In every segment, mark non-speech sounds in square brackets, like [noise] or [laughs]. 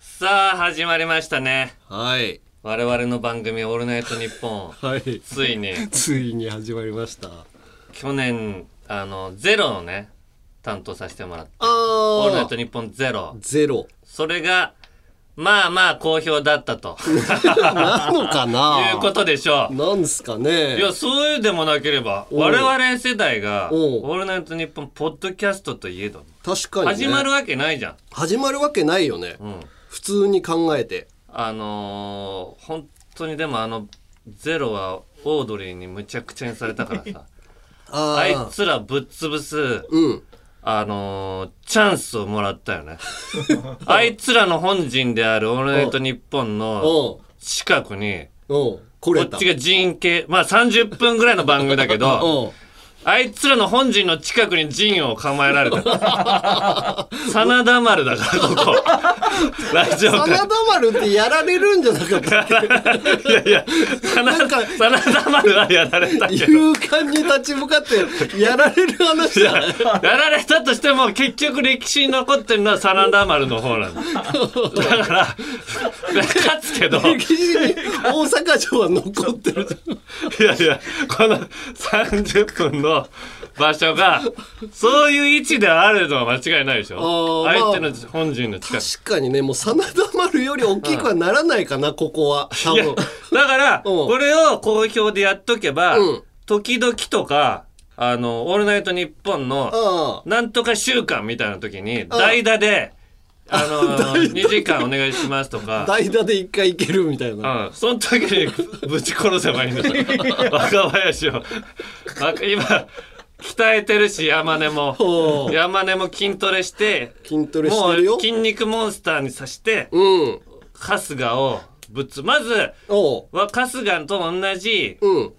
さあ始まりましたねはい。我々の番組「オールナイトニッポンはい」。ついについに始まりました。去年あのゼロのね担当させてもらって「あオールナイート。ニッポンゼロゼロ。それがまあまあ好評だったとなのかないうことでしょなんですかうねいやそういうでもなければおう我々世代が「おうオールナイトニッポン」ポッドキャストといえど確かに、ね。始まる。わけないじゃん、始まるわけないよね。うん、普通に考えて。あのー本当にでもあの「ゼロはオードリーにむちゃくちゃにされたからさああいーつらぶっ潰すうん。あのーチャンスをもらったよ [laughs] ねあいつらの本陣である「オールナイトニッポン」のお近くにうん。うん。ここれ。ったちが陣形まあ30分ぐらいの番組だけど [laughs] うん。あいつらの本陣の近くに陣を構えられた [laughs] 真田丸だからここラジオ真か田丸ってやられるんじゃなか [laughs] ったっいやいや真田真田丸はやられたけけど勇敢に立ち向かってやられる話だ。 [laughs] や [laughs] られたとしても結局歴史に残ってるのは真田丸の方なんだだから勝つけど歴史に大阪城は残ってるじゃん。いやいやこの30分の場所がそういう位置であるのは間違いないでしょあー相手の本陣の近く確かにね、もう真田丸より大きくはならないかな、ここは。多分。だからうんこれを好評でやっとけばうん時々とか「あのオールナイトニッポン」の「あなんとか週間みたいな時に代打で「あ [laughs] の2時間お願いします」とあ、か。代打で一回いけるみたいな。うん、その時にぶち殺せば [laughs] いいんだよ若林をわ今鍛えてるし山根もほう山根も筋トレして筋トレしもてるよう。筋肉モンスターにさしてうん。春日をぶつまずおう。は春日と同じうん。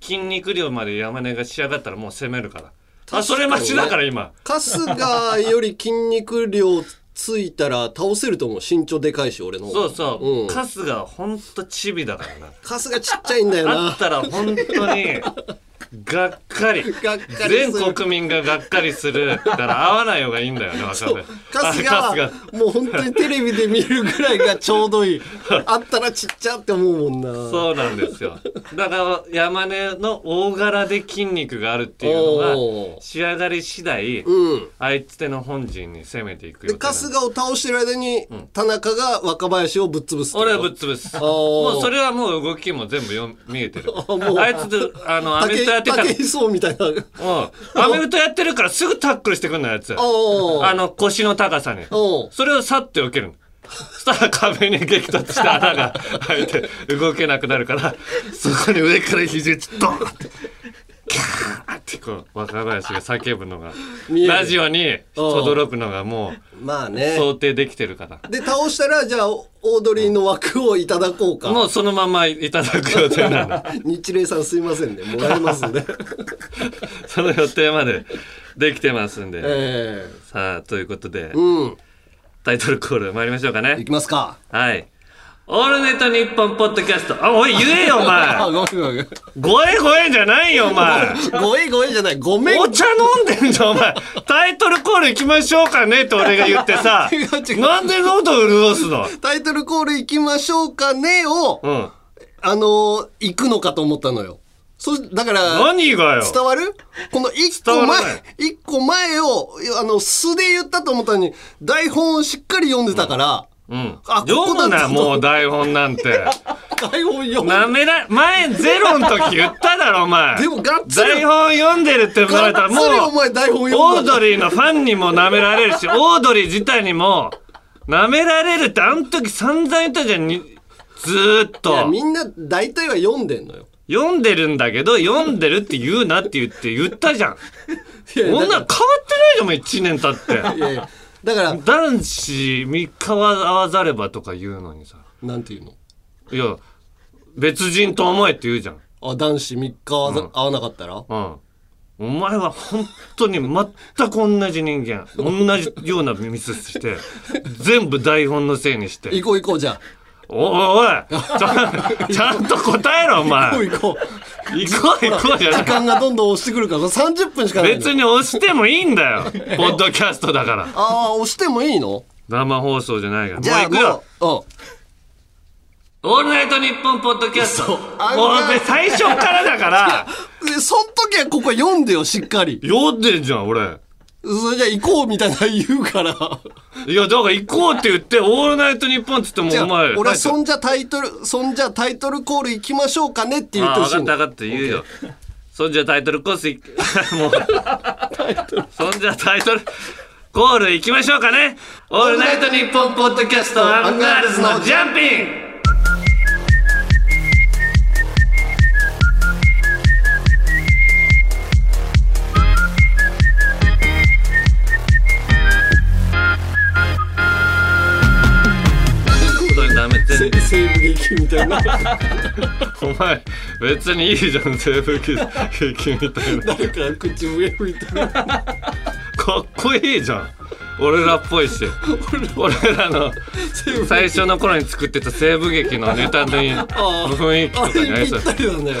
筋肉量まで山根が仕上がったらもう攻めるからあにそれ待ちだから今春日より筋肉量ついたら倒せると思う。身長でかいし、俺の。そうそう、うん春日はほんとチビだからな春日ちっちゃいんだよあなっ。たら本当にがっかりがっかり全する国民ががっかりするだから会わない方がいいんだよね若そう林春日あ春は日もう本当にテレビで見るぐらいがちょうどいいあったらちっちゃって思うもんな [laughs] そうなんですよだから山根の大柄で筋肉があるっていうのおが仕上がり次第ううん相手の本陣に攻めていくでよ春日を倒してる間に田中が若林をぶっ潰すってこと俺はぶっ潰すーもうそれはもう動きも全部よ見えてるあもうあいつであのアメフトやってた竹井壮みたいなうんアメフトやってるからすぐタックルしてくんのあいつおあの腰の高さにおうそれをさって受けるのそしたら壁に激突した穴が開いて動けなくなるからそこに上から肘打ちドンってキャーってこう若林が叫ぶのが見えるラジオに轟くのがもまあうね想定できてるから。で倒したらじゃあオードリーの枠をいただこうかもうそのままいただく予定なん [laughs] だ日礼さんすいませんねもらいます [laughs] ねその予定までできてますんで、えさあということでえうんタイトルコール参りましょうかね行きますかはい。オールネットニッポンポッドキャスト。あ、おい、言えよ、お [laughs] 前。ごめんごめんごえごえじゃないよ、お前。ごえんごえんじゃないごめんお茶飲んでんじゃん、お前。 [laughs] タイトルコール行きましょうかねって俺が言ってさ [laughs] 違う違。うなんで喉潤すのタイトルコール行きましょうかねをうん。あのー行くのかと思ったのよそだから何がよ。伝わるこの一伝個わ前らない一個前をあの素で言ったと思ったのに台本をしっかり読んでたから、うん。あ読むここだな、もう台本なん [laughs] て。台本読んでなめら、前ゼロの時言っただろ、お前。でもがっつり台本読んでるって言われたら、もうがっつり、お前台本オ読ーんだドリーのファンにも舐められ [laughs] るし、オードリー自体にも舐められるって、あの時散々言ったじゃん、にずーっいやと。みんな大体は読んでんのよ読んでるんだけど、読んでるって言うなって言って言ったじゃん。いや女変わってないだかじゃん、もう1年経っ [laughs] らいて。やいやだから男子三日は合わざればとか言うのにさ。なんていうのいや、別人と思えって言うじゃん。あ男子3日はざ会わなかったら、うん。お前は本当に全く同じ人間。同じようなミスして、 [laughs] 全部台本のせいにして。行こう行こうじゃあおいおいおいちゃんちゃんと答えろお前行こう行こ行こう行こうじゃうな時い間がどんどん押してくるから30分しかないの別に押してもいいんだよポッドキャストだからああ押してもいいの生放送じゃないから。じゃあもう行くよもうオールナイトニッポンポッドキャスト。もうあ俺最初からだから、うんでそん時はここ読んでよしっかり [laughs] 読んでんじゃん、俺。それじゃあ行こうみたいな言 [laughs] うからいや、だから行こうって言って、オールナイトニッポンっつってもじゃお前。あ俺はなそんんじゃタイトルそんじゃタイトルコール行きましょうかねって言ってあ、ほ分しいかっのた分かった、言うよ。 [laughs] そんじゃタイトルコースい、 [laughs] もう。そんじゃタイトル、コール行きましょうかね。オールナイトニッポンポッドキャスト、アンガールズのジャンピング本当にダメ全然せ西部劇みたいなお前別にいいじゃん西部劇みたいな誰か口上向いてるかっこいいじゃん俺らっぽいし俺らの西部最初の頃に作ってた西部劇のネタの雰囲気とあかれにありぴそうったりだね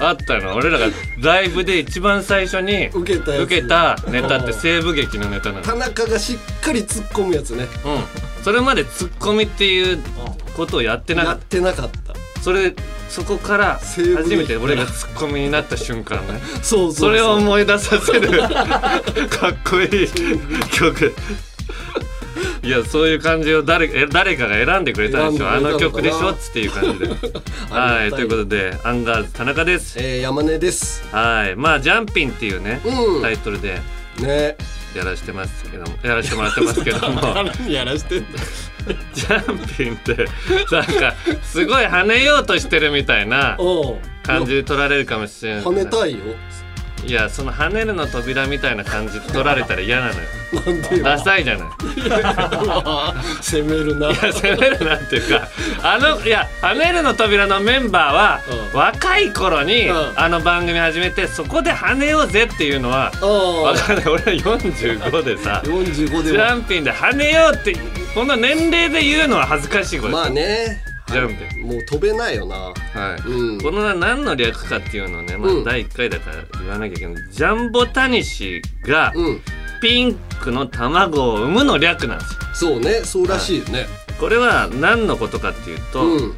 あったの俺らがライブで一番最初に受けたやつ受けたネタって西部劇のネタなの田中がしっかり突っ込むやつねうんそれまでツッコミっていうことをやってなかやっってなかったたそれそこから西部劇初めて俺がツッコミになった瞬間ねそうそううそれを思い出させ [laughs] るかっこいい曲いやそういう感じを誰え誰かが選んでくれたんでしょあ選んでの曲くれたのかなでしょっつっていう感じではいということでアンガールズ田中ですえー、山根ですはいまあ「ジャンピン」っていうね、うんタイトルでねやらしてますけどもやらしてもらってますけども [laughs] にやらしてんだジャンピンってなんかすごい跳ねようとしてるみたいなおう感じで取られるかもしれない跳ねたいよいやその跳ねるの扉みたいな感じで取られたら嫌なのよなんでよダサいじゃない [laughs] 攻めるないや攻めるなっていうかあのいや「跳ねるの扉」のメンバーは、うん若い頃に、うんあの番組始めてそこで跳ねようぜっていうのは、おうわかんない俺は45でさ45ジでャはンピンで跳ねようってこの年齢で言うのは恥ずかしいこと、まあねジャンピンもう飛べないよなはいうんこの何の略かっていうのをね、まあうん、第1回だから言わなきゃいけない、ジャンボタニシがうんピンクの卵を産むの略なんですよそうねそうらしいよねこれは何のことかっていうと、うん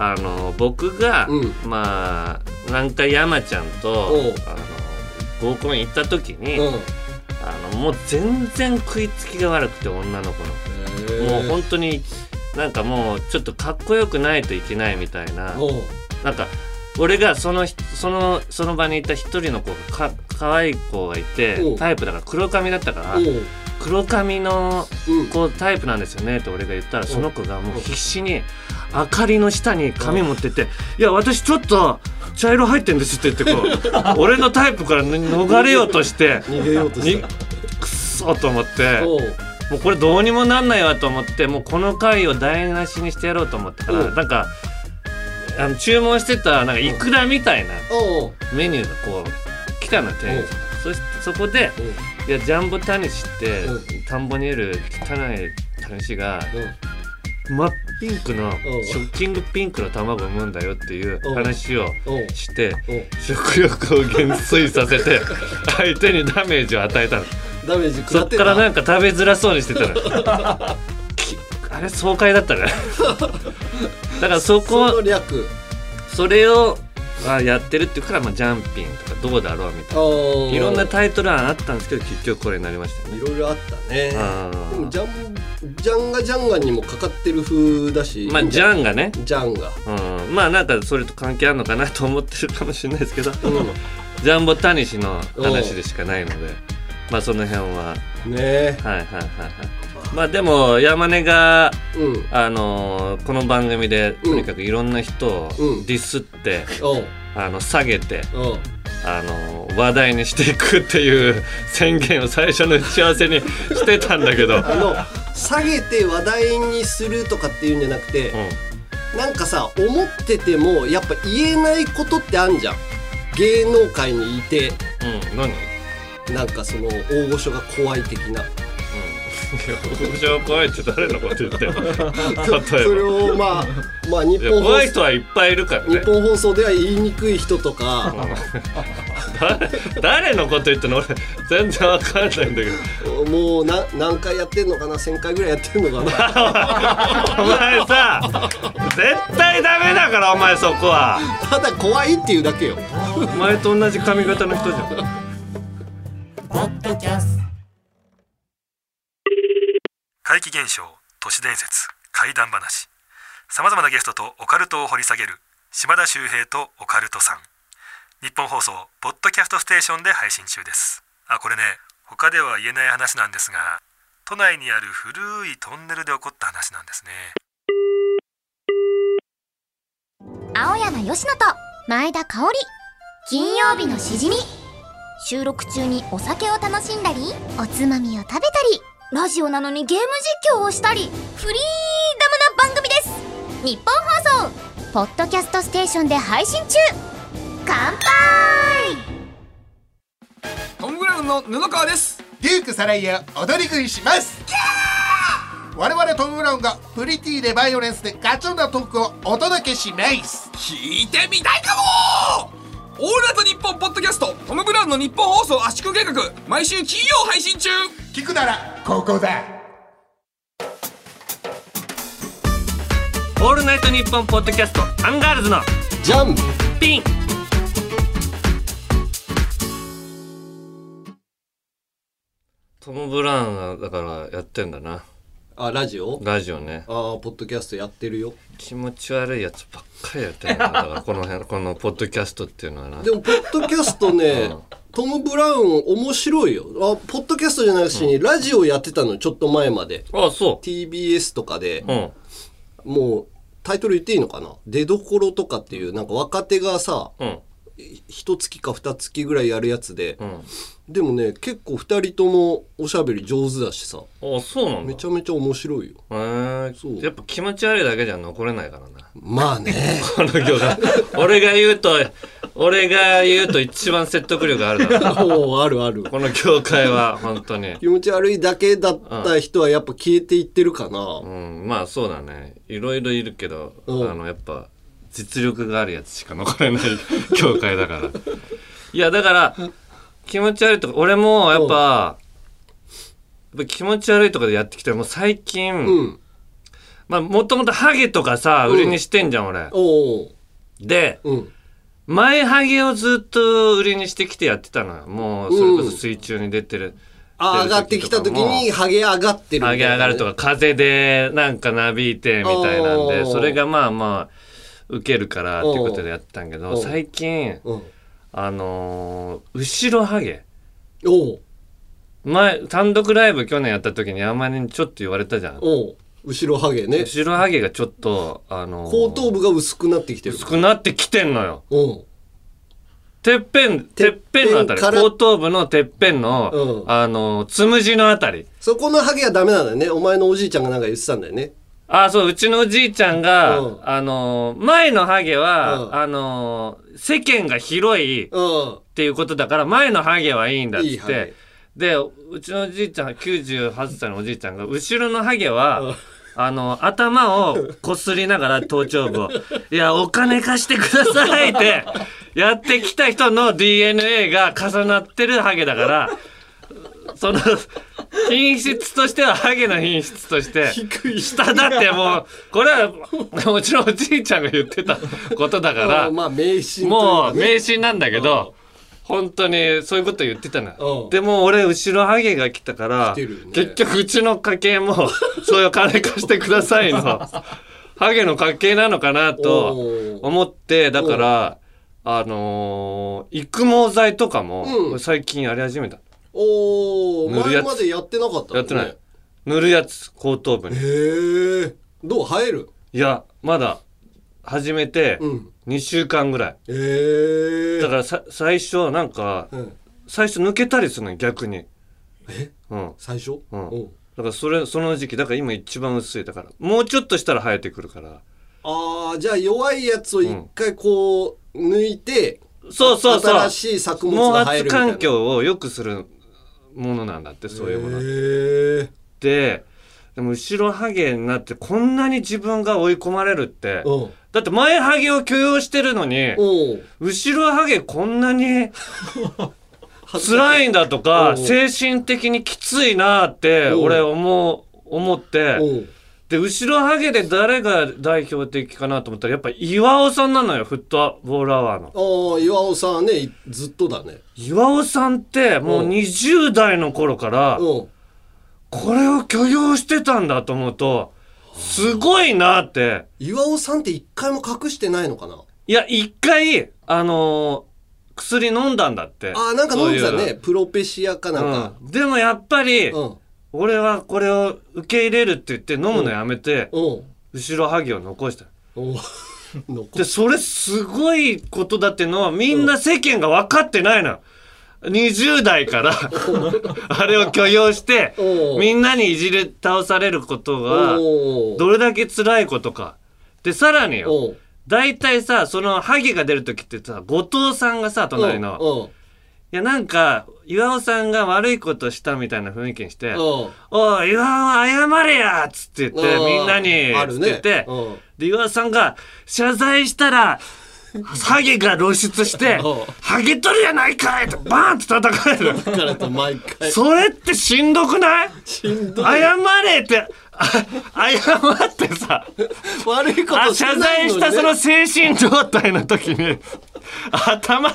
あの僕が、うんまあ何回山ちゃんとおうあの合コン行った時に、うんあのもう全然食いつきが悪くて女の子の、もうへ本当になんかもうちょっとかっこよくないといけないみたいな、ーおうなんか俺がそのひそのその場にいた一人の子がか可愛い子がいおてうタイプだから黒髪だったからおう黒髪のうんこうタイプなんですよねって俺が言ったらその子がもう必死に明かりの下に髪持ってて「いや私ちょっと茶色入ってんです」って言ってこ [laughs] う俺のタイプから逃れようとして逃げようとしにたくっそと思っておうもうこれどうにもなんないわと思ってもうこの回を台無しにしてやろうと思ったかうらんなんかあの注文してたなんかイクラみたいなおうメニューがこう来たの店員さんそしてそこでうんいやジャンボタニシって、う田んぼにいる汚いタニシがう真っピンクのんショッキングピンクの卵を産むんだよっていううん話をんおうしておう食欲を減衰させて相手にダメージを与えたのダメージ食そらっってからななんか食べづらそうにして [laughs] たのきあれ爽快だったねだからそそのこ略それをあやってるっていうから、まあ、ジャンピンとかどうだろうみたいおうないろんなタイトル案あったんですけど結局これになりましたよいねろいろあったねあーでもジャンジャンガジャンガにもかかってる風だしまあジンャンがねジャンガうん、まあなんかそれと関係あるのかなと思ってるかもしれないですけど、んジャンボタニシの話でしかないのでまあその辺はねえはいはいはいはいまあでも山根が、うんあのーこの番組でとにかくいろんな人をうんディスって、おうあの下げて、おうあのー話題にしていくっていう [laughs] 宣言を最初の打ち合わせにしてたんだけど、うん、 [laughs] あの下げて話題にするとかっていうんじゃなくて、なんかさ思っててもやっぱ言えないことってあんじゃん芸能界にいてうん、何なんかその大御所が怖い的なうん、いや屋上怖いって誰のこと言ってん [laughs] のそ例えばれをまあまあ日いや本放怖い送人はいっぱいいるからね日本放送では言いにくい人とか、 [laughs] 誰誰のこと言ってんの俺全然わかんないんだけどもうな何回やってんのかな1000回ぐらいやってんの [laughs] かなお前さ絶対ダメだからお前そこはただ怖いっていうだけよお前と同じ髪型の人じゃん怪奇現象都市伝説怪談話さまざまなゲストとオカルトを掘り下げる島田秀平とオカルトさん日本放送ポッドキャストステーションで配信中ですあこれね他では言えない話なんですが都内にある古いトンネルで起こった話なんですね青山よしのと前田香織金曜日のしじみ収録中にお酒を楽しんだりおつまみを食べたりラジオなのにゲーム実況をしたりフリーダムな番組です日本放送ポッドキャストステーションで配信中乾杯トム・ブラウンの布川ですデュークサライヤを踊り食いします我々トム・ブラウンがプリティでバイオレンスでガチョンなトークをお届けします聞いてみたいかもオールナイトニッポンポッドキャストトム・ブラウンの日本放送圧縮計画毎週金曜配信中聞くならここだ「オールナイトニッポン」ポッドキャストアンガールズのジャンピントム・ブラウンはだからやってんだなあラジオラジオねああポッドキャストやってるよ気持ち悪いやつばっかりやってん [laughs] だなだからこの辺このポッドキャストっていうのはなでもポッドキャストね、うんトム・ブラウン面白いよあポッドキャストじゃないしに、ラジオやってたのちょっと前まであそ TBS とかでう、うんもうタイトル言っていいのかな出どころとかっていうなんか若手がさうん一月か二月ぐらいやるやつで、うんでもね結構二人ともおしゃべり上手だしさあそうなんだめちゃめちゃ面白いよへえそうやっぱ気持ち悪いだけじゃ残れないからな [laughs] まあねこの業 [laughs] 界俺が言うと俺が言うと一番説得力あるだろもうあるあるこの業界は本当に気持ち悪いだけだった人はやっぱ消えていってるかな、うん、まあそうだねいろいろいるけど、うんあのやっぱ実力があるやつしか残れない業界だから [laughs] いやだから気持ち悪いとか俺もやっぱ、やっぱ気持ち悪いとかでやってきてもう最近、うんまあもともとハゲとかさ売りにしてんじゃん俺、おうでおううん前ハゲをずっと売りにしてきてやってたのよもうそれこそ水中に出てる、あ上出がるってきたと時かもにハゲ上がってるみた上いげなね、上がるとか風でなんかなびいてみたいなんでおーそれがまあまあ受けるからってことでやってたんけどおー最近うんあのー後ろハゲおう前単独ライブ去年やった時にあまりにちょっと言われたじゃんおう後ろハゲね後ろハゲがちょっとあのー後頭部が薄くなってきてる薄くなってきてんのようんてっぺんてっぺんのあたりから後頭部のてっぺんのうんあのーつむじのあたりそこのハゲはダメなんだよねお前のおじいちゃんがなんか言ってたんだよねあーそう、うちのおじいちゃんが、うんあのー、前のハゲは、うんあのー、世間が広いっうんていうことだから、前のハゲはいいんだっつって。いいハゲで、うちのおじいちゃん、98歳のおじいちゃんが、後ろのハゲは、んあの、頭をこすりながら頭頂部を、いや、お金貸してくださいって、やってきた人の DNA が重なってるハゲだから、その、品質としてはハゲの品質として、低い下だってもうこれはもちろんおじいちゃんが言ってたことだかあらーまあ迷信もうとい迷信なんだけど本当にそういうこと言ってたうのんでも俺後ろハゲが来たから来てるよね結局うちの家計もそういう金貸してくださ [laughs] いのハゲの家系なのかなとうかね思ってだからあのー育毛剤とかうもん最近やり始めたおお塗るや前つまでやってなかったやのねってない塗るやつ後頭部にへえどう生えるいやまだ始めてうん2週間ぐらいへえだからさ最初なんかうん、最初抜けたりするのよ逆にえうん最初うんおだからそれその時期だから今一番薄いだからもうちょっとしたら生えてくるからああじゃあ弱いやつを一回こう抜いて、そうそうそう新しい作物毛が入圧るみたいな環境を良くするものなんだってそういうものへえででも後ろハゲになってこんなに自分が追い込まれるって、うん。だって前ハゲを許容してるのに、おう後ろハゲこんなにい。辛いんだとか、うん精神的にきついなって、うん俺思う、思って、おうで、後ろハゲで誰が代表的かなと思ったら、やっぱ岩尾さんなのよ、フットボールアワーの。ああ、岩尾さんはね、いずっとだね。岩尾さんってもううん20代の頃から、うん。これを許容してたんだと思うと、すごいなって。岩尾さんって一回も隠してないのかないや、一回、あのー薬飲んだんだって。ああ、なんか飲んでたそういね。う。プロペシアかなんか。うん、でもやっぱり、うん。俺はこれを受け入れるって言って飲むのやめて、うん。後ろハゲを残した。おう [laughs] 残で、それすごいことだってのはみんな世間が分かってないの。20代 [laughs] から、あれを許容してう、んみんなにいじれ倒されることが、おうどれだけ辛いことか。で、さらによ、おう大体さ、その、ハゲが出るときってさ、後藤さんがさ、隣の、いの。や、なんか、岩尾さんが悪いことしたみたいな雰囲気にして、うん。うん。おい、岩尾謝れやっつって言って、うんみんなに、あつるってね言って、うんで、岩尾さんが、謝罪したら、ハゲが露出してうん、ハゲ取るやないかいとバーンって叩かれる。だからと毎 [laughs] 回。それってしんどくないしんどい。謝れって、あ謝ってさ、悪いことあして謝ない罪のにねしたその精神状態の時に頭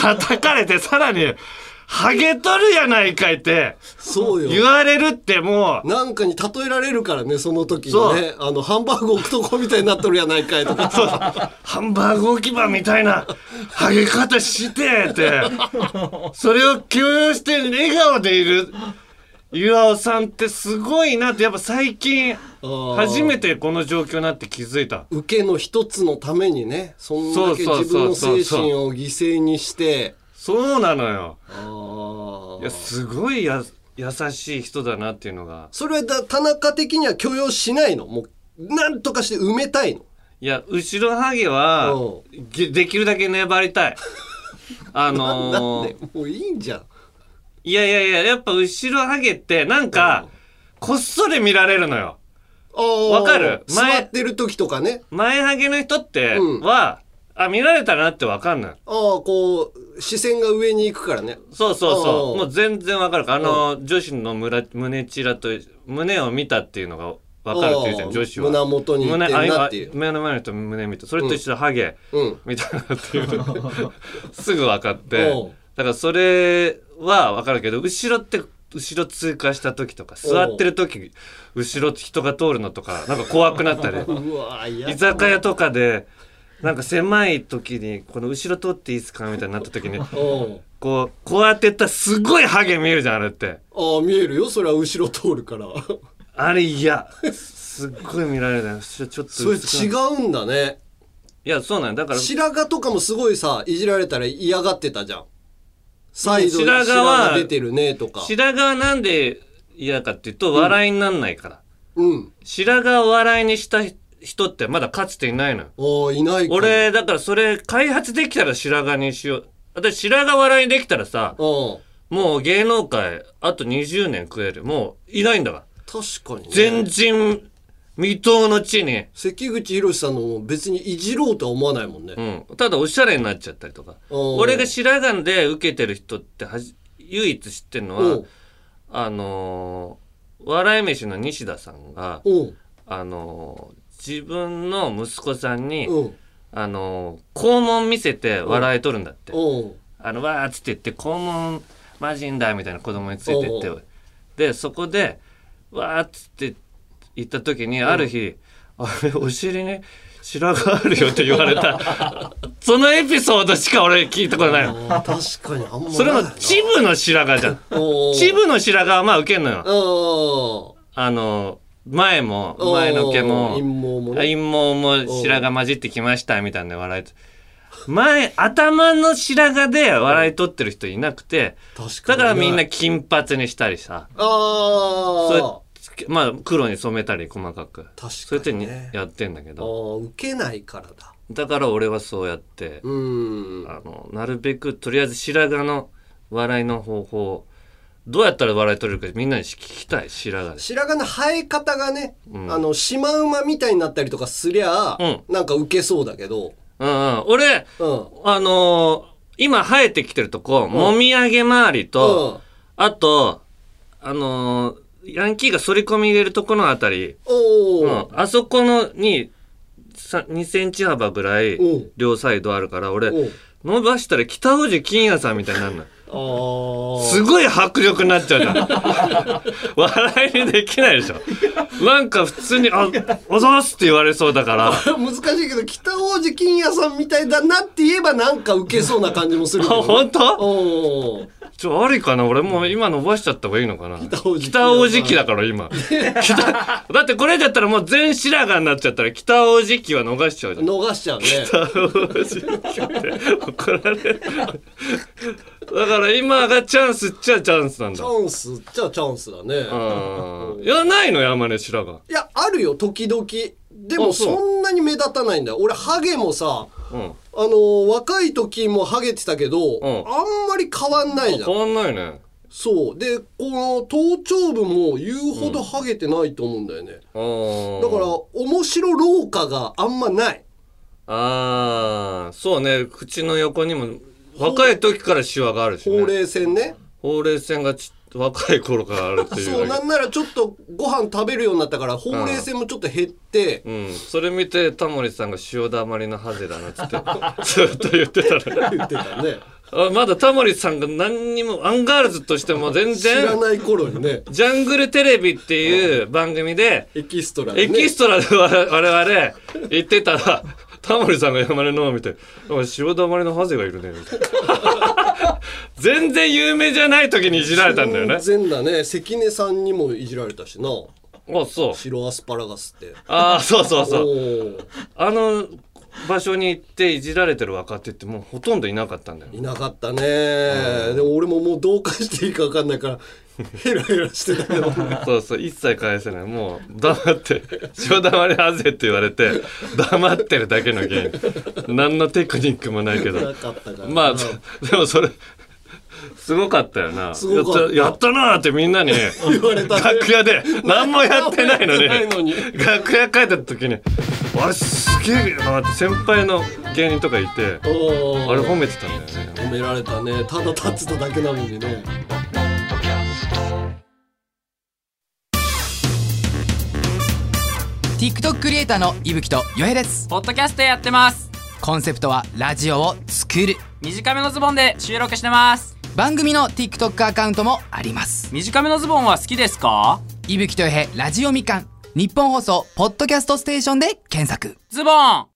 叩かれてさらに「ハゲ取るやないかい」ってそうよ言われるってもう。なんかに例えられるからねその時にねあのハンバーグ置くとこみたいになっとるやないかいと [laughs] かそうハンバーグ置き場みたいなハゲ方してってそれを許容して笑顔でいる岩尾さんってすごいなってやっぱ最近ー初めてこの状況になって気づいた受けの一つのためにねそんだけそうそう自分そうそのう精神を犠牲にしてそうなのよあーいやすごいや優しい人だなっていうのがそれはだ田中的には許容しないのもうなんとかして埋めたいのいや、後ろハゲはう、げできるだけ粘り [laughs] たい。あなんのでー、もういいんじゃんいやいやいや、やっぱ後ろハゲって、なんか、こっそり見られるのよ。わわかる座前ってる時とかね前ハゲの人ってうんは、あ、見られたなってわかんない。ああこう視線が上に行くからねそうそうそおう。うもう全然わかるから、あのー、女子のむら胸チラと、胸を見たっていうのが、わかるっていうじゃおん、う女子は。胸元に行ってんなってい胸あ今目うの前の人胸見て、それと一緒でハゲ。うんみたいなっていうの [laughs] すぐ分かっておうだからそれは分かるけど後ろって後ろ通過した時とか座ってる時後ろ人が通るのとかなんか怖くなったりうわいや居酒屋とかでなんか狭い時にこの後ろ通っていいですかみたいになった [laughs] 時にうんこうこうやってやったらすごいハゲ見えるじゃんあれってああ見えるよそれは後ろ通るからあれ嫌すっごい見られない後ろちょっとそれ薄くな違いうんだねやそうなんだだから白髪とかもすごいさいじられたら嫌がってたじゃんサイド白白髪は髪出てるねとか白髪はなんで嫌かっていうと笑いになんないから。うん白髪を笑いにした人ってまだかつていないのよ。おーいないか俺、だからそれ開発できたら白髪にしよう。私白髪笑いできたらさ、うんもう芸能界あと20年食える。もういないんだから。確かに、ね、前人未到の地に。関口博さんのも別にいじろうとは思わないもんね、うん。ただおしゃれになっちゃったりとか。おー俺が白髪で受けてる人ってはじ唯一知ってるのおはう、あのー笑い飯の西田さんが、おうあのー自分の息子さんに、おうあの肛門見せて笑い取るんだっておうあのわーっつって言って肛門マジんだみたいな子供についてっておうでそこでわーっつって言った時にある日「あれお尻に白髪あるよ」って言われた [laughs] そのエピソードしか俺聞いたことないのあー確かにあんまないそれのチブの白髪じゃんおうチブの白髪はまあウケんのよおうあの前も前の毛も陰謀もね陰毛も白髪混じってきましたみたいな笑いと前頭の白髪で笑い取ってる人いなくて確だかにからみんなあ金髪にしたりさあそれまあ黒に染めたり細かく確かにねそうやってにやってんだけあどー受けないからだだから俺はそうやってうーんあのなるべくとりあえず白髪の笑いの方法をどうやったら笑い取れるかみんなに聞きたい白髪で白髪の生え方がね、んあのシマウマみたいになったりとかすりゃ、うんなんかウケそうだけど、うんうん俺うん、あのー今生えてきてるとこ、もみあげ周りと、あとあのーヤンキーが反り込み入れるとこのあたり、おうお、ん、あそこのにさ2センチ幅ぐらいうん両サイドあるから俺うん伸ばしたら北大路欣也さんみたいになるのああすごい迫力になっちゃうじゃん [laughs] 笑いにできないでしょなんか普通に「あおざーす」って言われそうだから難しいけど北王子金也さんみたいだなって言えばなんかウケそうな感じもするけあ [laughs] ど、本当おーちょ、ありかな俺もう今伸ばしちゃった方がいいのかな北王子北王子期だから今。北だってこれだったらもう全白髪になっちゃったら北王子期は逃しちゃうじゃん。逃し [laughs] ちゃうね北王子期って怒られる。だから今がチャンスっちゃチャンスなんチだ。ャンスっちゃチャンスだね、うん。いや、ないの山根白髪。いやあるよ時々でもあそうそんなに目立たないんだよ俺ハゲもさうん。あのー若い時もハゲてたけど、んあんまり変わんないじゃん変わんないね。そうでこの頭頂部も言うほどハゲてないと思うんだよね、あーだから面白老化があんまないあー、そうね。口の横にも、若い時からシワがあるしほうね。れい線ねほうれい線がち若い頃からあるっていうだけで。そうなんならちょっとご飯食べるようになったからほうれい線もちょっと減って、うん、それ見てタモリさんが塩だまりのハゼだなっつってず [laughs] っと言ってたね言ってたねあまだタモリさんが何にもアンガールズとしても [laughs] 全知ら然ない頃にねジャングルテレビっていう番組でエキストラでエねキストラで我々言ってたらタモリさんが山根のを見て「おい塩だまりのハゼがいるね」みたいな全然有名じゃない時にいじられたんだよね全然だね関根さんにもいじられたしなあそう白アスパラガスってああそうそうそうおーあの場所に行っていじられてる若手ってもうほとんどいなかったんだよいなかったねでも俺ももうどう返していいか分かんないからヘラヘラしてた [laughs] けどそうそう一切返せないもう黙って塩黙りはぜって言われて黙ってるだけのゲーム何のテクニックもないけどなかったからまあそでもそれすごかったよなすごかったやったやったなーってみんなに言われたね楽屋で何もやってないのに何もやってない楽屋帰った時に「あれすげえな」って先輩の芸人とかいておーあれ褒めてたんだよね褒められたねただ立ってただけなのにねー TikTok クリエイターの伊吹とよへですポッドキャストやってますコンセプトはラジオを作る短めのズボンで収録してます番組の TikTok アカウントもあります短めのズボンは好きですか伊吹とよへラジオみかん日本放送ポッドキャストステーションで検索ズボン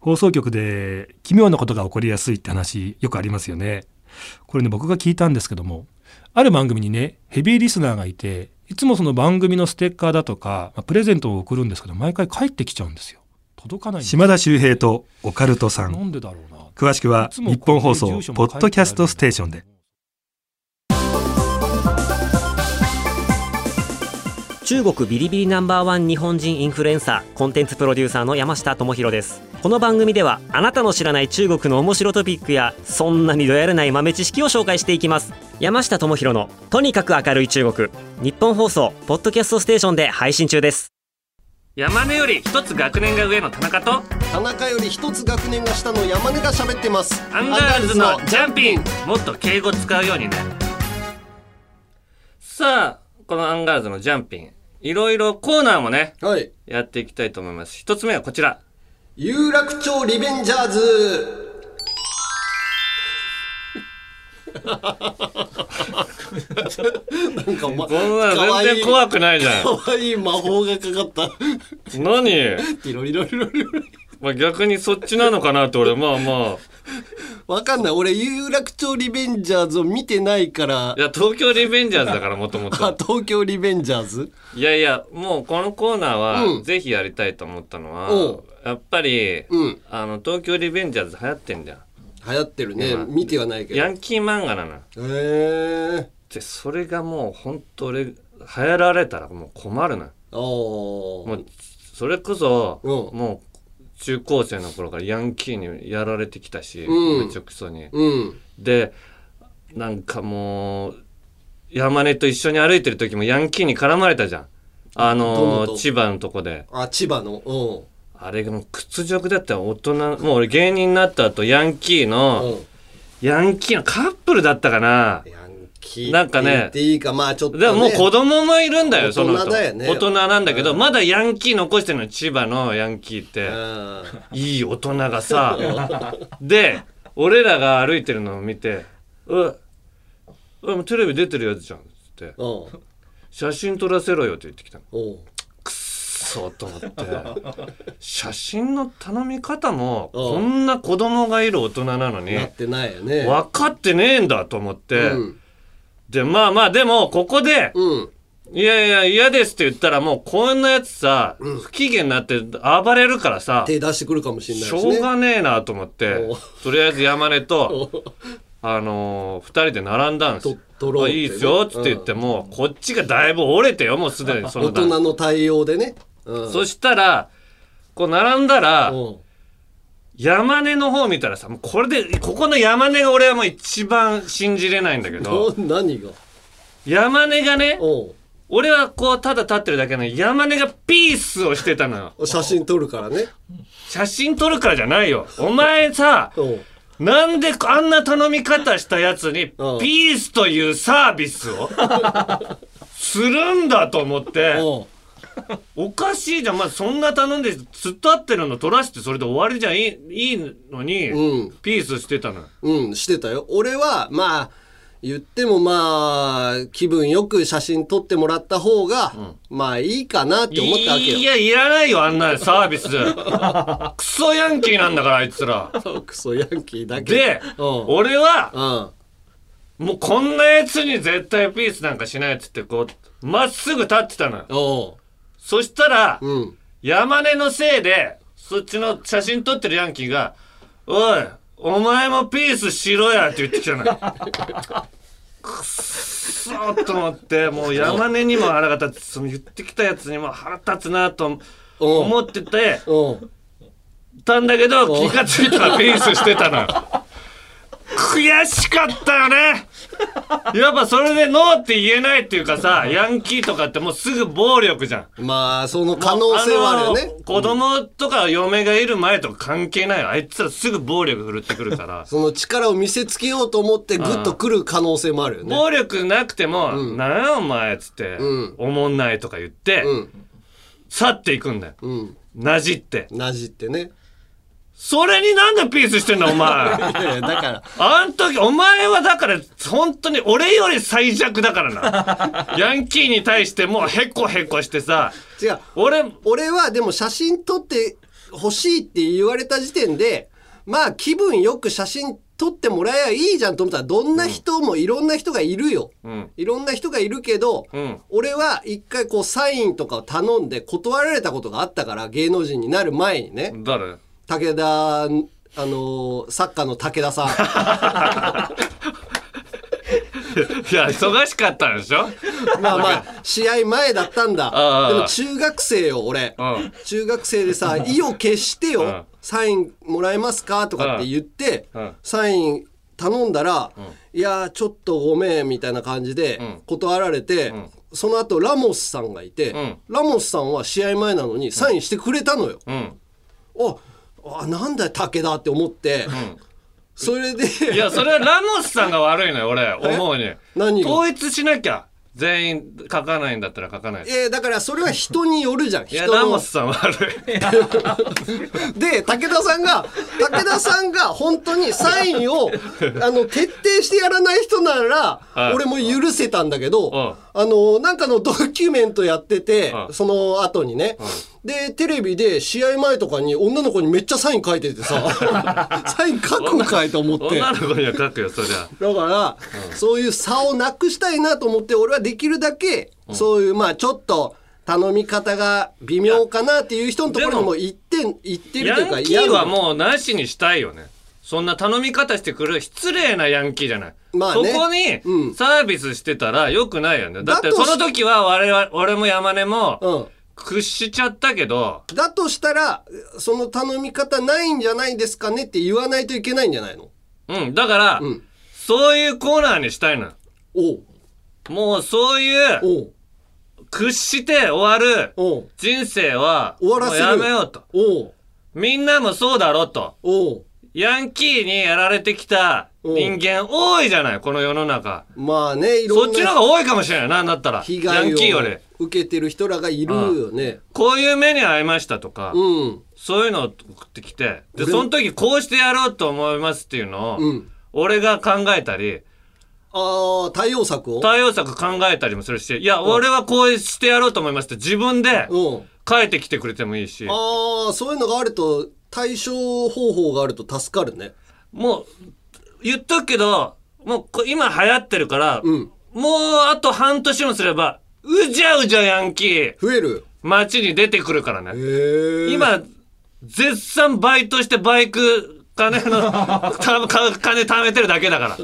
放送局で奇妙なことが起こりやすいって話よくありますよね。これね僕が聞いたんですけどもある番組にねヘビーリスナーがいていつもその番組のステッカーだとか、まあプレゼントを送るんですけど毎回帰ってきちゃうんですよ。届かないんですよ島田秀平とオカルトさなんんでだろうな。詳しくはいつも日本放送ポッドキャストステーションで。中国ビリビリナンバーワン日本人インフルエンサーコンテンツプロデューサーの山下智博ですこの番組ではあなたの知らない中国の面白トピックやそんなにどやらない豆知識を紹介していきます山下智博のとにかく明るい中国日本放送ポッドキャストステーションで配信中です山根より一つ学年が上の田中と田中より一つ学年が下の山根が喋ってますアンガールズのジャンピンもっと敬語使うようにねさあこのアンガールズのジャンピンいろいろコーナーもねはいやっていきたいと思います一つ目はこちら有楽町リベンジャーズなんかま、こんな可の全愛い然怖くないじゃん可愛い魔法がかかった。何、いろいろいろいろ。まあ、逆にそっちなのかなって [laughs] 俺まあまあわかんない。俺、有楽町リベンジャーズを見てないからい、や東京リベンジャーズだからもともあと東京リベンジャーズいやいやもうこのコーナーうはんぜひやりたいと思ったのは、おうやっぱり、うんあの東京リベンジャーズ流行ってんじゃん流行ってるね。今見てはないけど。ヤへンキー漫画なのえ。でそれがもう本当俺流行られたらもう困るなああ。もうそれこそ、うんもう中高生の頃からヤンキーにやられてきたし、うんめちゃくそに、うん。でなんかもう山根と一緒に歩いてる時もヤンキーに絡まれたじゃんあどののと千葉のとこであ千葉のうんあれがもう屈辱だったよ大人もう俺芸人になった後ヤンキーのヤンキーのカップルだったかななんか言ねっていいかまあちょっと、ね、でももう子供もいるんだよ、その大人だよね大人なんだけど、まだヤンキー残してるのよ千葉のヤンキーって、いい大人が [laughs] さで俺らが歩いてるのを見て「うわうわテレビ出てるやつじゃん」っつって「写真撮らせろよ」って言ってきたのくっそと思って写真の頼み方もこんな子供がいる大人なのになってないよね分かってねえんだと思って、でまあまあでもここで、いやいや嫌ですって言ったらもうこんなやつさ、不機嫌になって暴れるからさ手出してくるかもしれないし、ね、しょうがねえなと思ってとりあえず山根とあのー、2人で並んだんですよ。ろうあってねいいっすよっつって言っても、こっちがだいぶ折れてよもうすでにその大人の対応でね、うん、そしたらこう並んだら山根の方見たらさもうこれでここの山根が俺はもう一番信じれないんだけどな [laughs] 何が山根がね俺はこうただ立ってるだけなのに山根がピースをしてたのよ写真撮るからね写真撮るからじゃないよお前さなんであんな頼み方したやつにピースというサービス [laughs] をするんだと思っておかしいじゃんまあそんな頼んで突っ立ってるの撮らしてそれで終わりじゃんいいいいのに、ピースしてたのようん、してたよ。俺は、まあ、言ってもまあ、気分よく写真撮ってもらった方が、まあいいかなって思ったわけよ。いやいらないよあんなサー [laughs] ビスクソヤンキーなんだからあいつらクソヤンキーだけで、俺は、もうこんなやつに絶対ピースなんかしないっつってこうまっすぐ立ってたのよそしたら、山根のせいでそっちの写真撮ってるヤンキーが「おいお前もピースしろや」って言ってきたのよそうと思ってもう山根にも腹が立つその言ってきたやつにも腹立つなと思っててたんだけど気がついたらピースしてたのよ悔しかったよねやっぱそれでノーって言えないっていうかさヤンキーとかってもうすぐ暴力じゃんまあ、その可能性はあるよね。の子供とか嫁がいる前とか関係ないよあいつらすぐ暴力振るってくるから [laughs] その力を見せつけようと思ってグッと来る可能性もあるよね。暴力なくても「なんやお前」っつって「おもんない」とか言って、去っていくんだよ、なじってなじってね [laughs] それになんでピースしてんだお前いやいやだからあん時お前はだから本当に俺より最弱だから [laughs] なヤンキーに対してもうへこへこしてさ違う。俺、俺はでも写真撮って欲しいって言われた時点で、まあ気分よく写真撮ってもらえばいいじゃんと思ったら、どんな人もいろんな人がいるよ。うんいろんな人がいるけど、うん俺は一回こうサインとかを頼んで断られたことがあったから、芸能人になる前にね。誰 [laughs] 武田、あのーサッカーの武 [laughs] 田さん。いや忙しかったんで [laughs] しょまあまあ、試合前だったんあだ。あでも中学生よ、俺。中学生でさ、意を決してよ、サインもらえますかとかって言ってうん、サイン頼んだら、いやー、ちょっとごめん、みたいな感じで断られて、その後、ラモスさんがいて、ラモスさんは試合前なのにサインしてくれたのよ。あ、あなんだよ、武田って思って、それで、いや、それはラモスさんが悪いのよ、俺、思うに。何が統一しなきゃ。全員書かないんだったら書かない。いえーだからそれは人によるじゃん。や、人のラモスさん悪い。で、武田さんが、武田さんが本当にサイ [laughs] ンを、あの、徹底してやらない人なはらい、俺も許せたんだけど、あの、なんかのドキュメントやってて、その後にね。で、テレビで試合前とかに女の子にめっちゃサイン書いて [laughs] てさ、サイン書くんかいと思って。女の子には書くよ、そりゃ。だから、そういう差をなくしたいなと思って俺はできるだけ、そういうまあちょっと頼み方が微妙かなっていう人のところにも行って行ってるというかヤンキーはうもうなしにしたいよね。そんな頼み方してくる失礼なヤンキーじゃない。まあねそこにサービスしてたら良くないよね。だってだとしその時は我々、俺も山根も屈しちゃったけど、だとしたらその頼み方ないんじゃないですかねって言わないといけないんじゃないのうん、だから、そういうコーナーにしたいのよ。もうそういう屈して終わる人生は終わらせるもうやめようとみんなもそうだろうとヤンキーにやられてきた人間多いじゃないこの世の中まあねいろそんっなちの方が多いかもしれないなんだったら被ヤ害ンキーよをり受けてる人らがいるよねこういう目に遭いましたとか、うんそういうのを送ってきてで俺その時こうしてやろうと思いますっていうのを、うん俺が考えたりああ対応策を対応策考えたりもするしいや俺はこうしてやろうと思いますって自分で書いてきてくれてもいいし、ああそういうのがあると対処方法があると助かるねもう言っとくけどもうこ今流行ってるから、もうあと半年もすればうじゃうじゃヤンキー増える街に出てくるからねへ今絶賛バイトしてバイク金のたか金貯めてるだけだから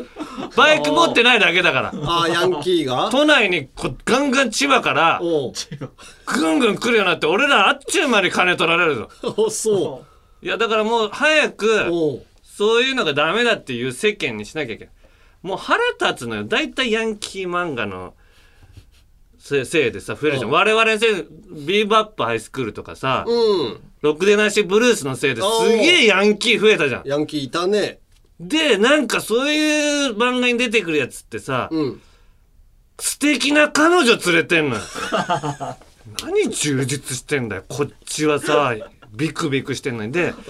バイク持ってないだけだからあーヤンキーが [laughs] 都内にこガンガン千葉からぐんぐん来るようになって俺らあっちゅう間に金取られるぞ [laughs] そういやだからもう早くそういうのがダメだっていう世間にしなきゃいけないもう腹立つのよ大体ヤンキー漫画のせせいでさ増えるじゃんうん我々のせいビーバップハイスクールとかさ、うんろくでなしブルースのせいですげえヤンキー増えたじゃんヤンキーいたねでなんかそういう漫画に出てくるやつってさ、素敵な彼女連れてんのよ [laughs] 何充実してんだよこっちはさビクビクしてんのにで「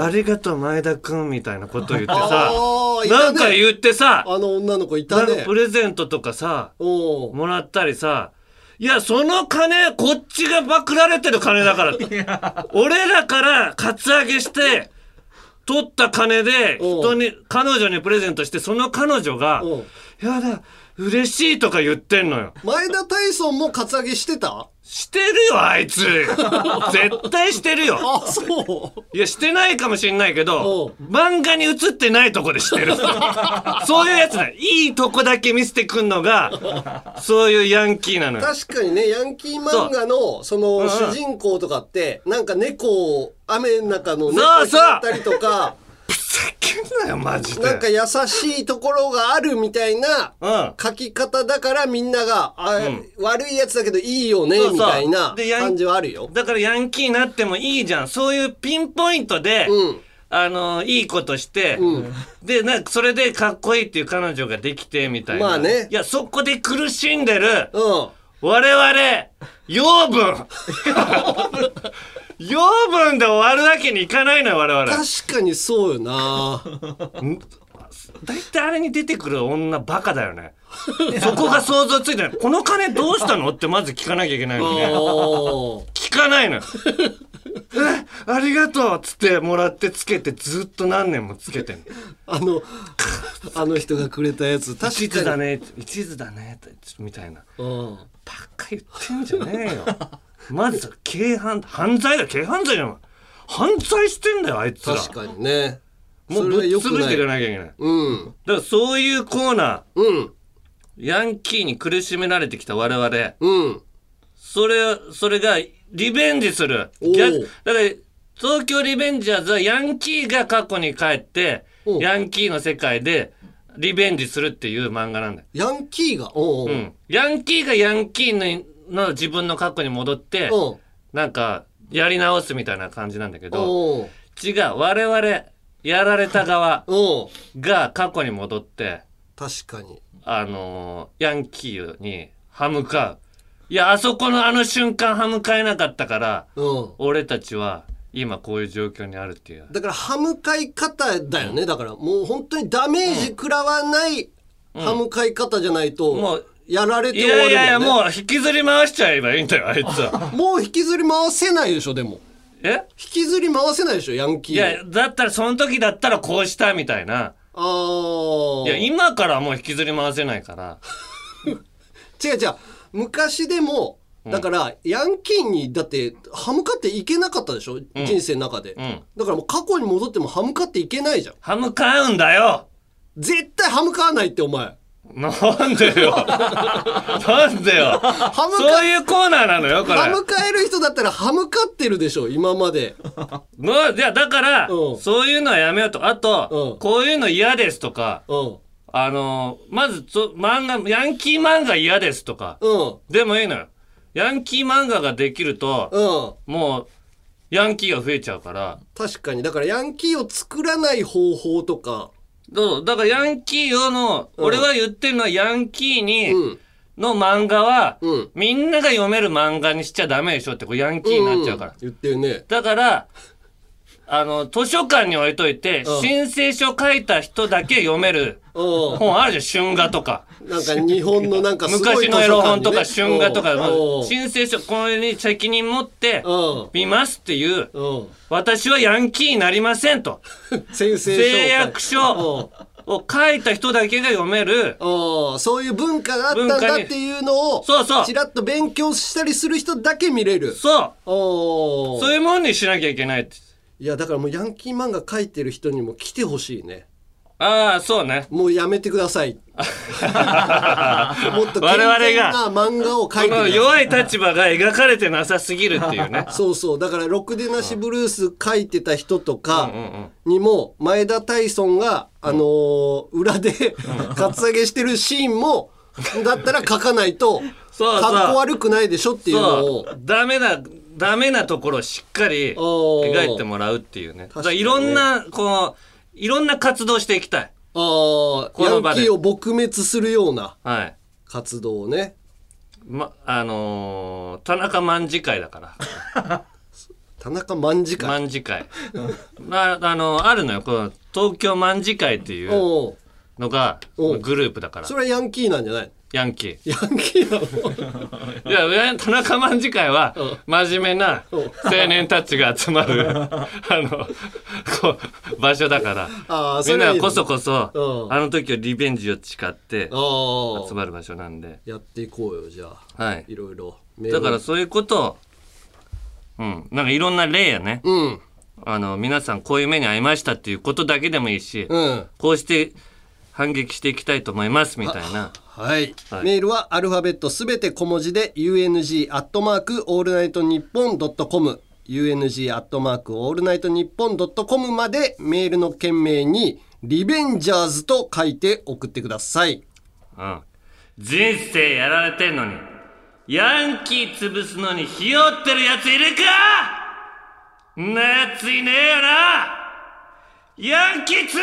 ありがとう前田君」みたいなこと言ってさあーいたねなんか言ってさあの女の子いなたんかねプレゼントとかさもらったりさいやその金こっちがバクられてる金だから俺らからカツアゲして取った金で人に彼女にプレゼントしてその彼女が「やだ嬉しい」とか言ってんのよ。前田大孫もカツアゲしてたしてるよあい [laughs] つ絶対してるよあそういやしてないかもしんないけど漫画に映ってないとこで [laughs] してるそういうやつだいいとこだけ見せてくんのがそういうヤンキーなのよ確かにねヤンキー漫画のそうんうのん主人公とかってなんか猫を雨の中の猫そうそうだったりと [laughs] かなよマジでなんか優しいところがあるみたいな書き方だからみんながあうん悪いやつだけどいいよねそうそうみたいなでヤン感じはあるよだからヤンキーになってもいいじゃんそういうピンポイントで、あのいいことして、でなんかそれでかっこいいっていう彼女ができてみたいなまあねいやそこで苦しんでる、我々養 [laughs] 分養分で終わるわけにいかないのよ我々確かにそうよな大体あれに出てくる女バカだよねそこが想像ついてないこの金どうしたのってまず聞かなきゃいけ [laughs] ないのねお聞かないの [laughs] よえありがとうっつってもらってつけてずっと何年もつけてんのあの [laughs] あの人がくれたやつ確かに一途だね一途だねみたいなうん言ってんじゃ [laughs] ねえよまず軽犯犯罪だ軽犯罪じゃん犯罪してんだよあいつら確かにねもうぶっ潰していかなきゃいけないうんだからそういうコーナー、ヤンキーに苦しめられてきた我々、うん、それそれがリベンジする逆だから東京リベンジャーズはヤンキーが過去に帰ってヤンキーの世界でリベンジするっていう漫画なんだよヤンキーがううん、ヤンキーがヤンキーのの自分の過去に戻ってなんかやり直すみたいな感じなんだけど違う我々やられた側が過去に戻って確かにあのーヤンキーに歯向かういやあそこのあの瞬間歯向かえなかったから、うん俺たちは今こういう状況にあるっていうだから歯向かい方だよねだからもう本当にダメージ食らわない歯向かい方じゃないと、もうやられいて終わやるもん、ね、いやいやもう引きずり回しちゃえばいいんだよあいつ [laughs] はもう引きずり回せないでしょでもえ引きずり回せないでしょヤンキーいやだったらその時だったらこうしたみたいなあーいや今からはもう引きずり回せないから違う違う昔でもだからヤンキーにだって歯向かっていけなかったでしょ、人生の中で、だからもう過去に戻っても歯向かっていけないじゃん歯向かうんだよ絶対歯向かわないってお前なんで [laughs] よなんでよ歯向かそういうコーナーなのよこれ歯向かえる人だったら歯向かってるでしょ今までのいやだから、そういうのはやめようとあと、こういうの嫌ですとか、あのーまずそ漫画、ヤンキー漫画嫌ですとか、でもいいのよ。ヤンキー漫画ができると、もう、ヤンキーが増えちゃうから、確かにだからヤンキーを作らない方法とかどうだからヤンキーをの、俺が言ってるのはヤンキーに、の漫画は、みんなが読める漫画にしちゃダメでしょって、こうヤンキーになっちゃうから。言ってるねだから、あの、図書館に置いといて、うん申請書書いた人だけ読めるう [laughs] ん本あるじゃん、春画とか。なんか日本のなんかすごい昔のエロ本とか図書春館にね画とか、まうんあ申請書、これに責任持って見ますっていう、うん私はヤンキーになりませんと。先生誓約書を書いた人だけが読める。そういう文化があったんだっていうのをそうそうちらっと勉強したりする人だけ見れるそうおそういうもんにしなきゃいけないって。いやだからもうヤンキー漫画描いてる人にも来てほしいねああ、そうね。もうやめてく [laughs] ださいもっと健我々全なが漫画を描いてくだこのさい。弱い立場が描かれてなさすぎるっていうね [laughs] そうそうだから「ろくでなしブルース」書いてた人とかにも前田大孫が、あのー裏でカツアゲしてるシーンもだったら書かないとそうそうかっこ悪くないでしょっていうのをそうダメなダメなところをしっかり描いてもらうっていうねだからいろんなこのいろんな活動していきたいあーこヤのン場でキーを撲滅するようなはい活動をねまあのー田中卍会だから田中卍会卍会なあのあるのよこの東京卍会っていうおうのがグループだからそれはヤンキーなんじゃないヤンキーヤンキーなの [laughs] いやいや田中卍会は真面目な青年たちが集ま [laughs] るあのこう場所だからあーみそんれなはいいねがこそこそうんあの時をリベンジを誓ってあー集まる場所なんで、やっていこうよじゃあはい、いろいろだからそういうことを、うん、なんかいろんな例やね、うんあの皆さんこういう目に遭いましたっていうことだけでもいいし、うんこうして反撃していきたいと思いますみたいな。はい、はいメールはアルファベットすべて小文字で UNG アットマークオールナイトニッポンドットコム UNG アットマークオールナイトニッポンドットコムまでメールの件名にリベンジャーズと書いて送ってください。うん人生やられてんのに、ヤンキー潰すのにひよってるやついるかんなやついねえよなヤンキー潰すぞ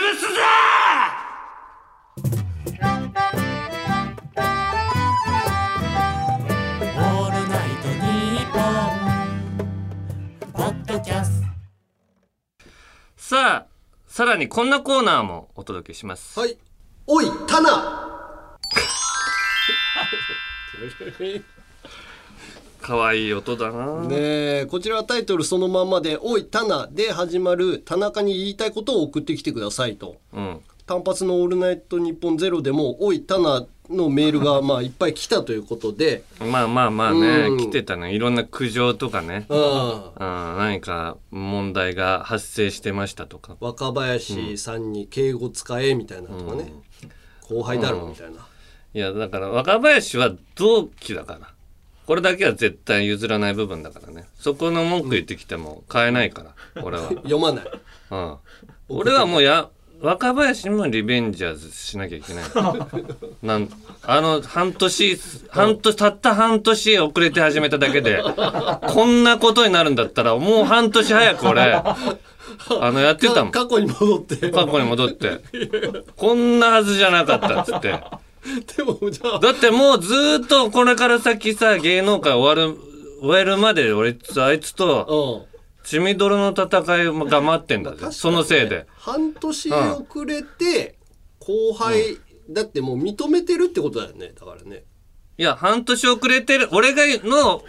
さあ、さらにこんなコーナーもお届けします。はい。おい、タナかわいい音だなねえこちらはタイトルそのまんまで「おいタナ」で始まる田中に言いたいことを送ってきてくださいとうん。単発の「オールナイトニッポンゼロでも「おいタナ」のメールがまあいっぱい来たということでまあまあまあね、うん来てたね。いろんな苦情とかね。うんあー何か問題が発生してましたとか。若林さんに敬語使えみたいなとかね、後輩だろみたいな、いや、だから若林は同期だから。これだけは絶対譲らない部分だからね。そこの文句言ってきても変えないから、俺は。読まないうん。俺はもうや、若林にもリベンジャーズしなきゃいけない。なんあの、半年、半年、たった半年遅れて始めただけで、こんなことになるんだったら、もう半年早く俺、あの、やってたもん。過去に戻って過去に戻って。こんなはずじゃなかったっつって。でもじゃあだってもうずーっとこれから先さ、芸能界終わる、終えるまで俺、あいつと、血みどろの戦いが待ってんだぜ。そのせいで。半年遅れて後輩、だってもう認めてるってことだよねだからねいや、半年遅れてる、俺が、の、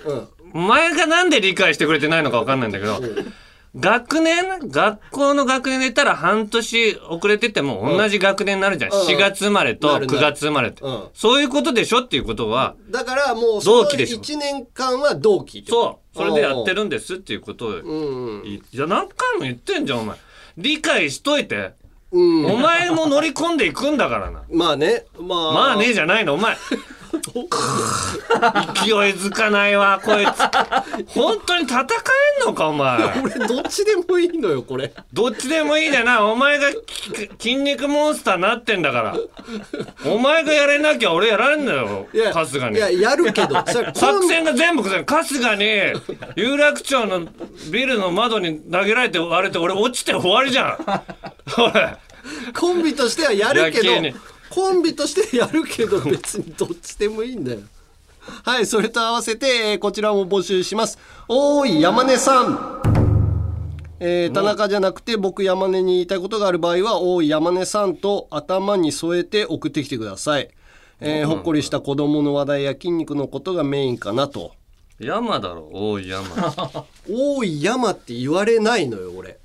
お前がなんで理解してくれてないのかわかんないんだけど、学年、学校の学年で言ったら半年遅れてても同じ学年になるじゃん。うん4月生まれとなる9なる月生まれって。うんそういうことでしょっていうことは、だからもうその同期でしょ1年間は同期ってこそう、とそれでやってるんですっていうことを、うんいや、何回も言ってんじゃん、お前。理解しといて。うんお前も乗り込んでいくんだからな。まあねまあ [laughs] まあねえじゃないの、お前。勢いづかないわこいつ本当に戦えんのかお前俺どっちでもいいのよこれどっちでもいいじゃないお前がき筋肉モンスターになってんだからお前がやれなきゃ俺やられんだよいや春日にいややる [laughs] けどそれ作戦が全部崩れる春日に有楽町のビルの窓に投げられて割れて俺落ちて終わりじゃんおいコンビとしてはやるけ野球にどコンビとしてやるけど別にどっちでもいいんだよはいそれと合わせて、えーこちらも募集しますおーい山根さんえー田中じゃなくて僕山根に言いたいことがある場合は「おーい山根さん」と頭に添えて送ってきてください、えーほっこりした子供の話題や筋肉のことがメインかなと山だろ大い山「おーい山」って言われないのよ俺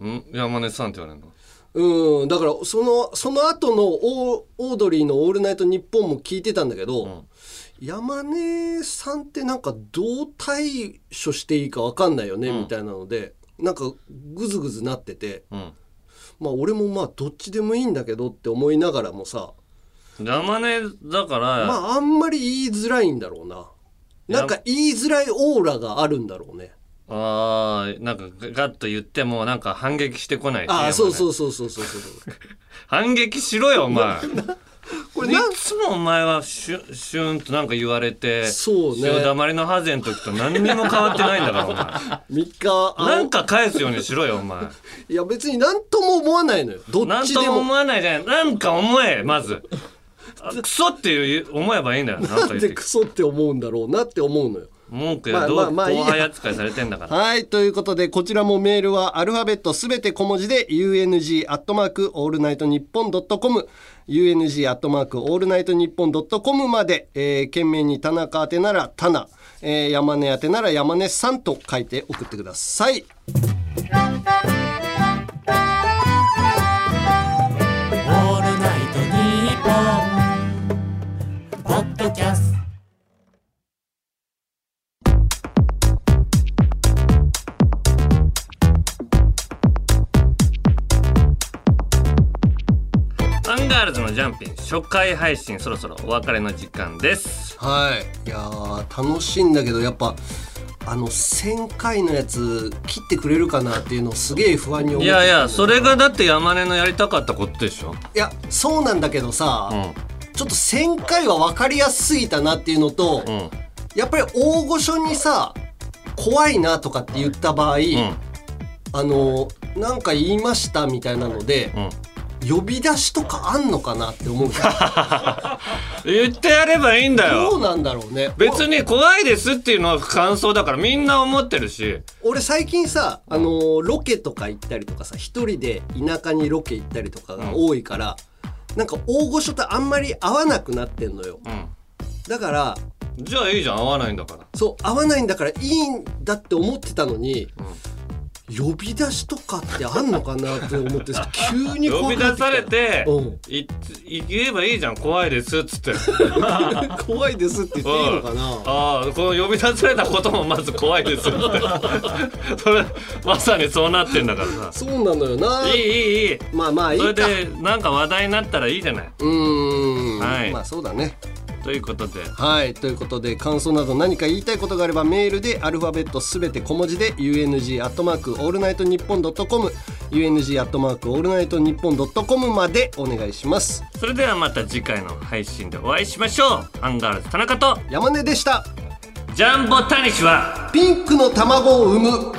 ん山根さんって言われるのうんだからそのその後のオーオードリーの「オールナイトニッポン」も聞いてたんだけど、山根さんってなんかどう対処していいか分かんないよね、みたいなのでなんかグズグズなってて、まあ俺もまあどっちでもいいんだけどって思いながらもさ山根だから、まああんまり言いづらいんだろうななんか言いづらいオーラがあるんだろうねあーなんかガッと言ってもなんか反撃してこないしああそうそううそうそうそうそう反撃しろよお前これいつもお前はシュシュンとなんか言われてそうね潮だまりのハゼの時と何にも変わってないんだから3日 [laughs] お前なんか返すようにしろよお前いや別に何とも思わないのよどなっんちとでもも思わないじゃないなんか思えまずあクソっていう思えばいいんだよなんなとん言っでてクソって思うんだろうなって思うのよ。文句まやあどうまあまあいい後や輩扱いされてんだからはい、ということで、こちらもメールはアルファベットすべて小文字で、UNG アットマークオールナイトニッポンドットコム、UNG アットマークオールナイトニッポンドットコムまで、えー、懸命に田中宛てなら田名、えー、山根宛てなら山根さんと書いて送ってください。オールナイトニッポン」ポッドキャストアンガールズのジャンピン初回配信そろそろお別れの時間ですはい、いやー楽しいんだけどやっぱあの1000回のやつ切ってくれるかなっていうのをすげえ不安に思っいてやいやそれがだって山根のやりたかったことでしょいやそうなんだけどさ、ちょっと1000回は分かりやすすぎたなっていうのと、やっぱり大御所にさ怖いなとかって言った場合、あのなんか言いましたみたいなので、呼び出しとかあんのかなって思 [laughs] う言ってやればいいんだよどうなんだろうね別に怖いですっていうのは感想だからみんな思ってるし俺最近さ、あのーロケとか行ったりとかさ一人で田舎にロケ行ったりとかが多いから、なんか大御所とあんまり合わなくなってんのよ、だからじゃあいいじゃん合わないんだからそう合わないんだからいいんだって思ってたのに、呼び出しとかってあんのかなって [laughs] 思ってさ急に呼怖びく出なってきたされてうん [laughs] い言えばいいじゃん怖いですっつって怖いですって言っていいのかな、ああこの呼び出されたこともまず怖いですって [laughs] それまさにそうなってんだからさそうなのよないいいいいいまあまあいいそれかでなんか話題になったらいいじゃないうーん、はいまあそうだねということではいということで感想など何か言いたいことがあればメールでアルファベットすべて小文字で UNG アットマークオールナイトニッポンドットコム UNG アットマークオールナイトニッポンドットコムまでお願いしますそれではまた次回の配信でお会いしましょうアンガールズ田中と山根でしたジャンボタニシはピンクの卵を産む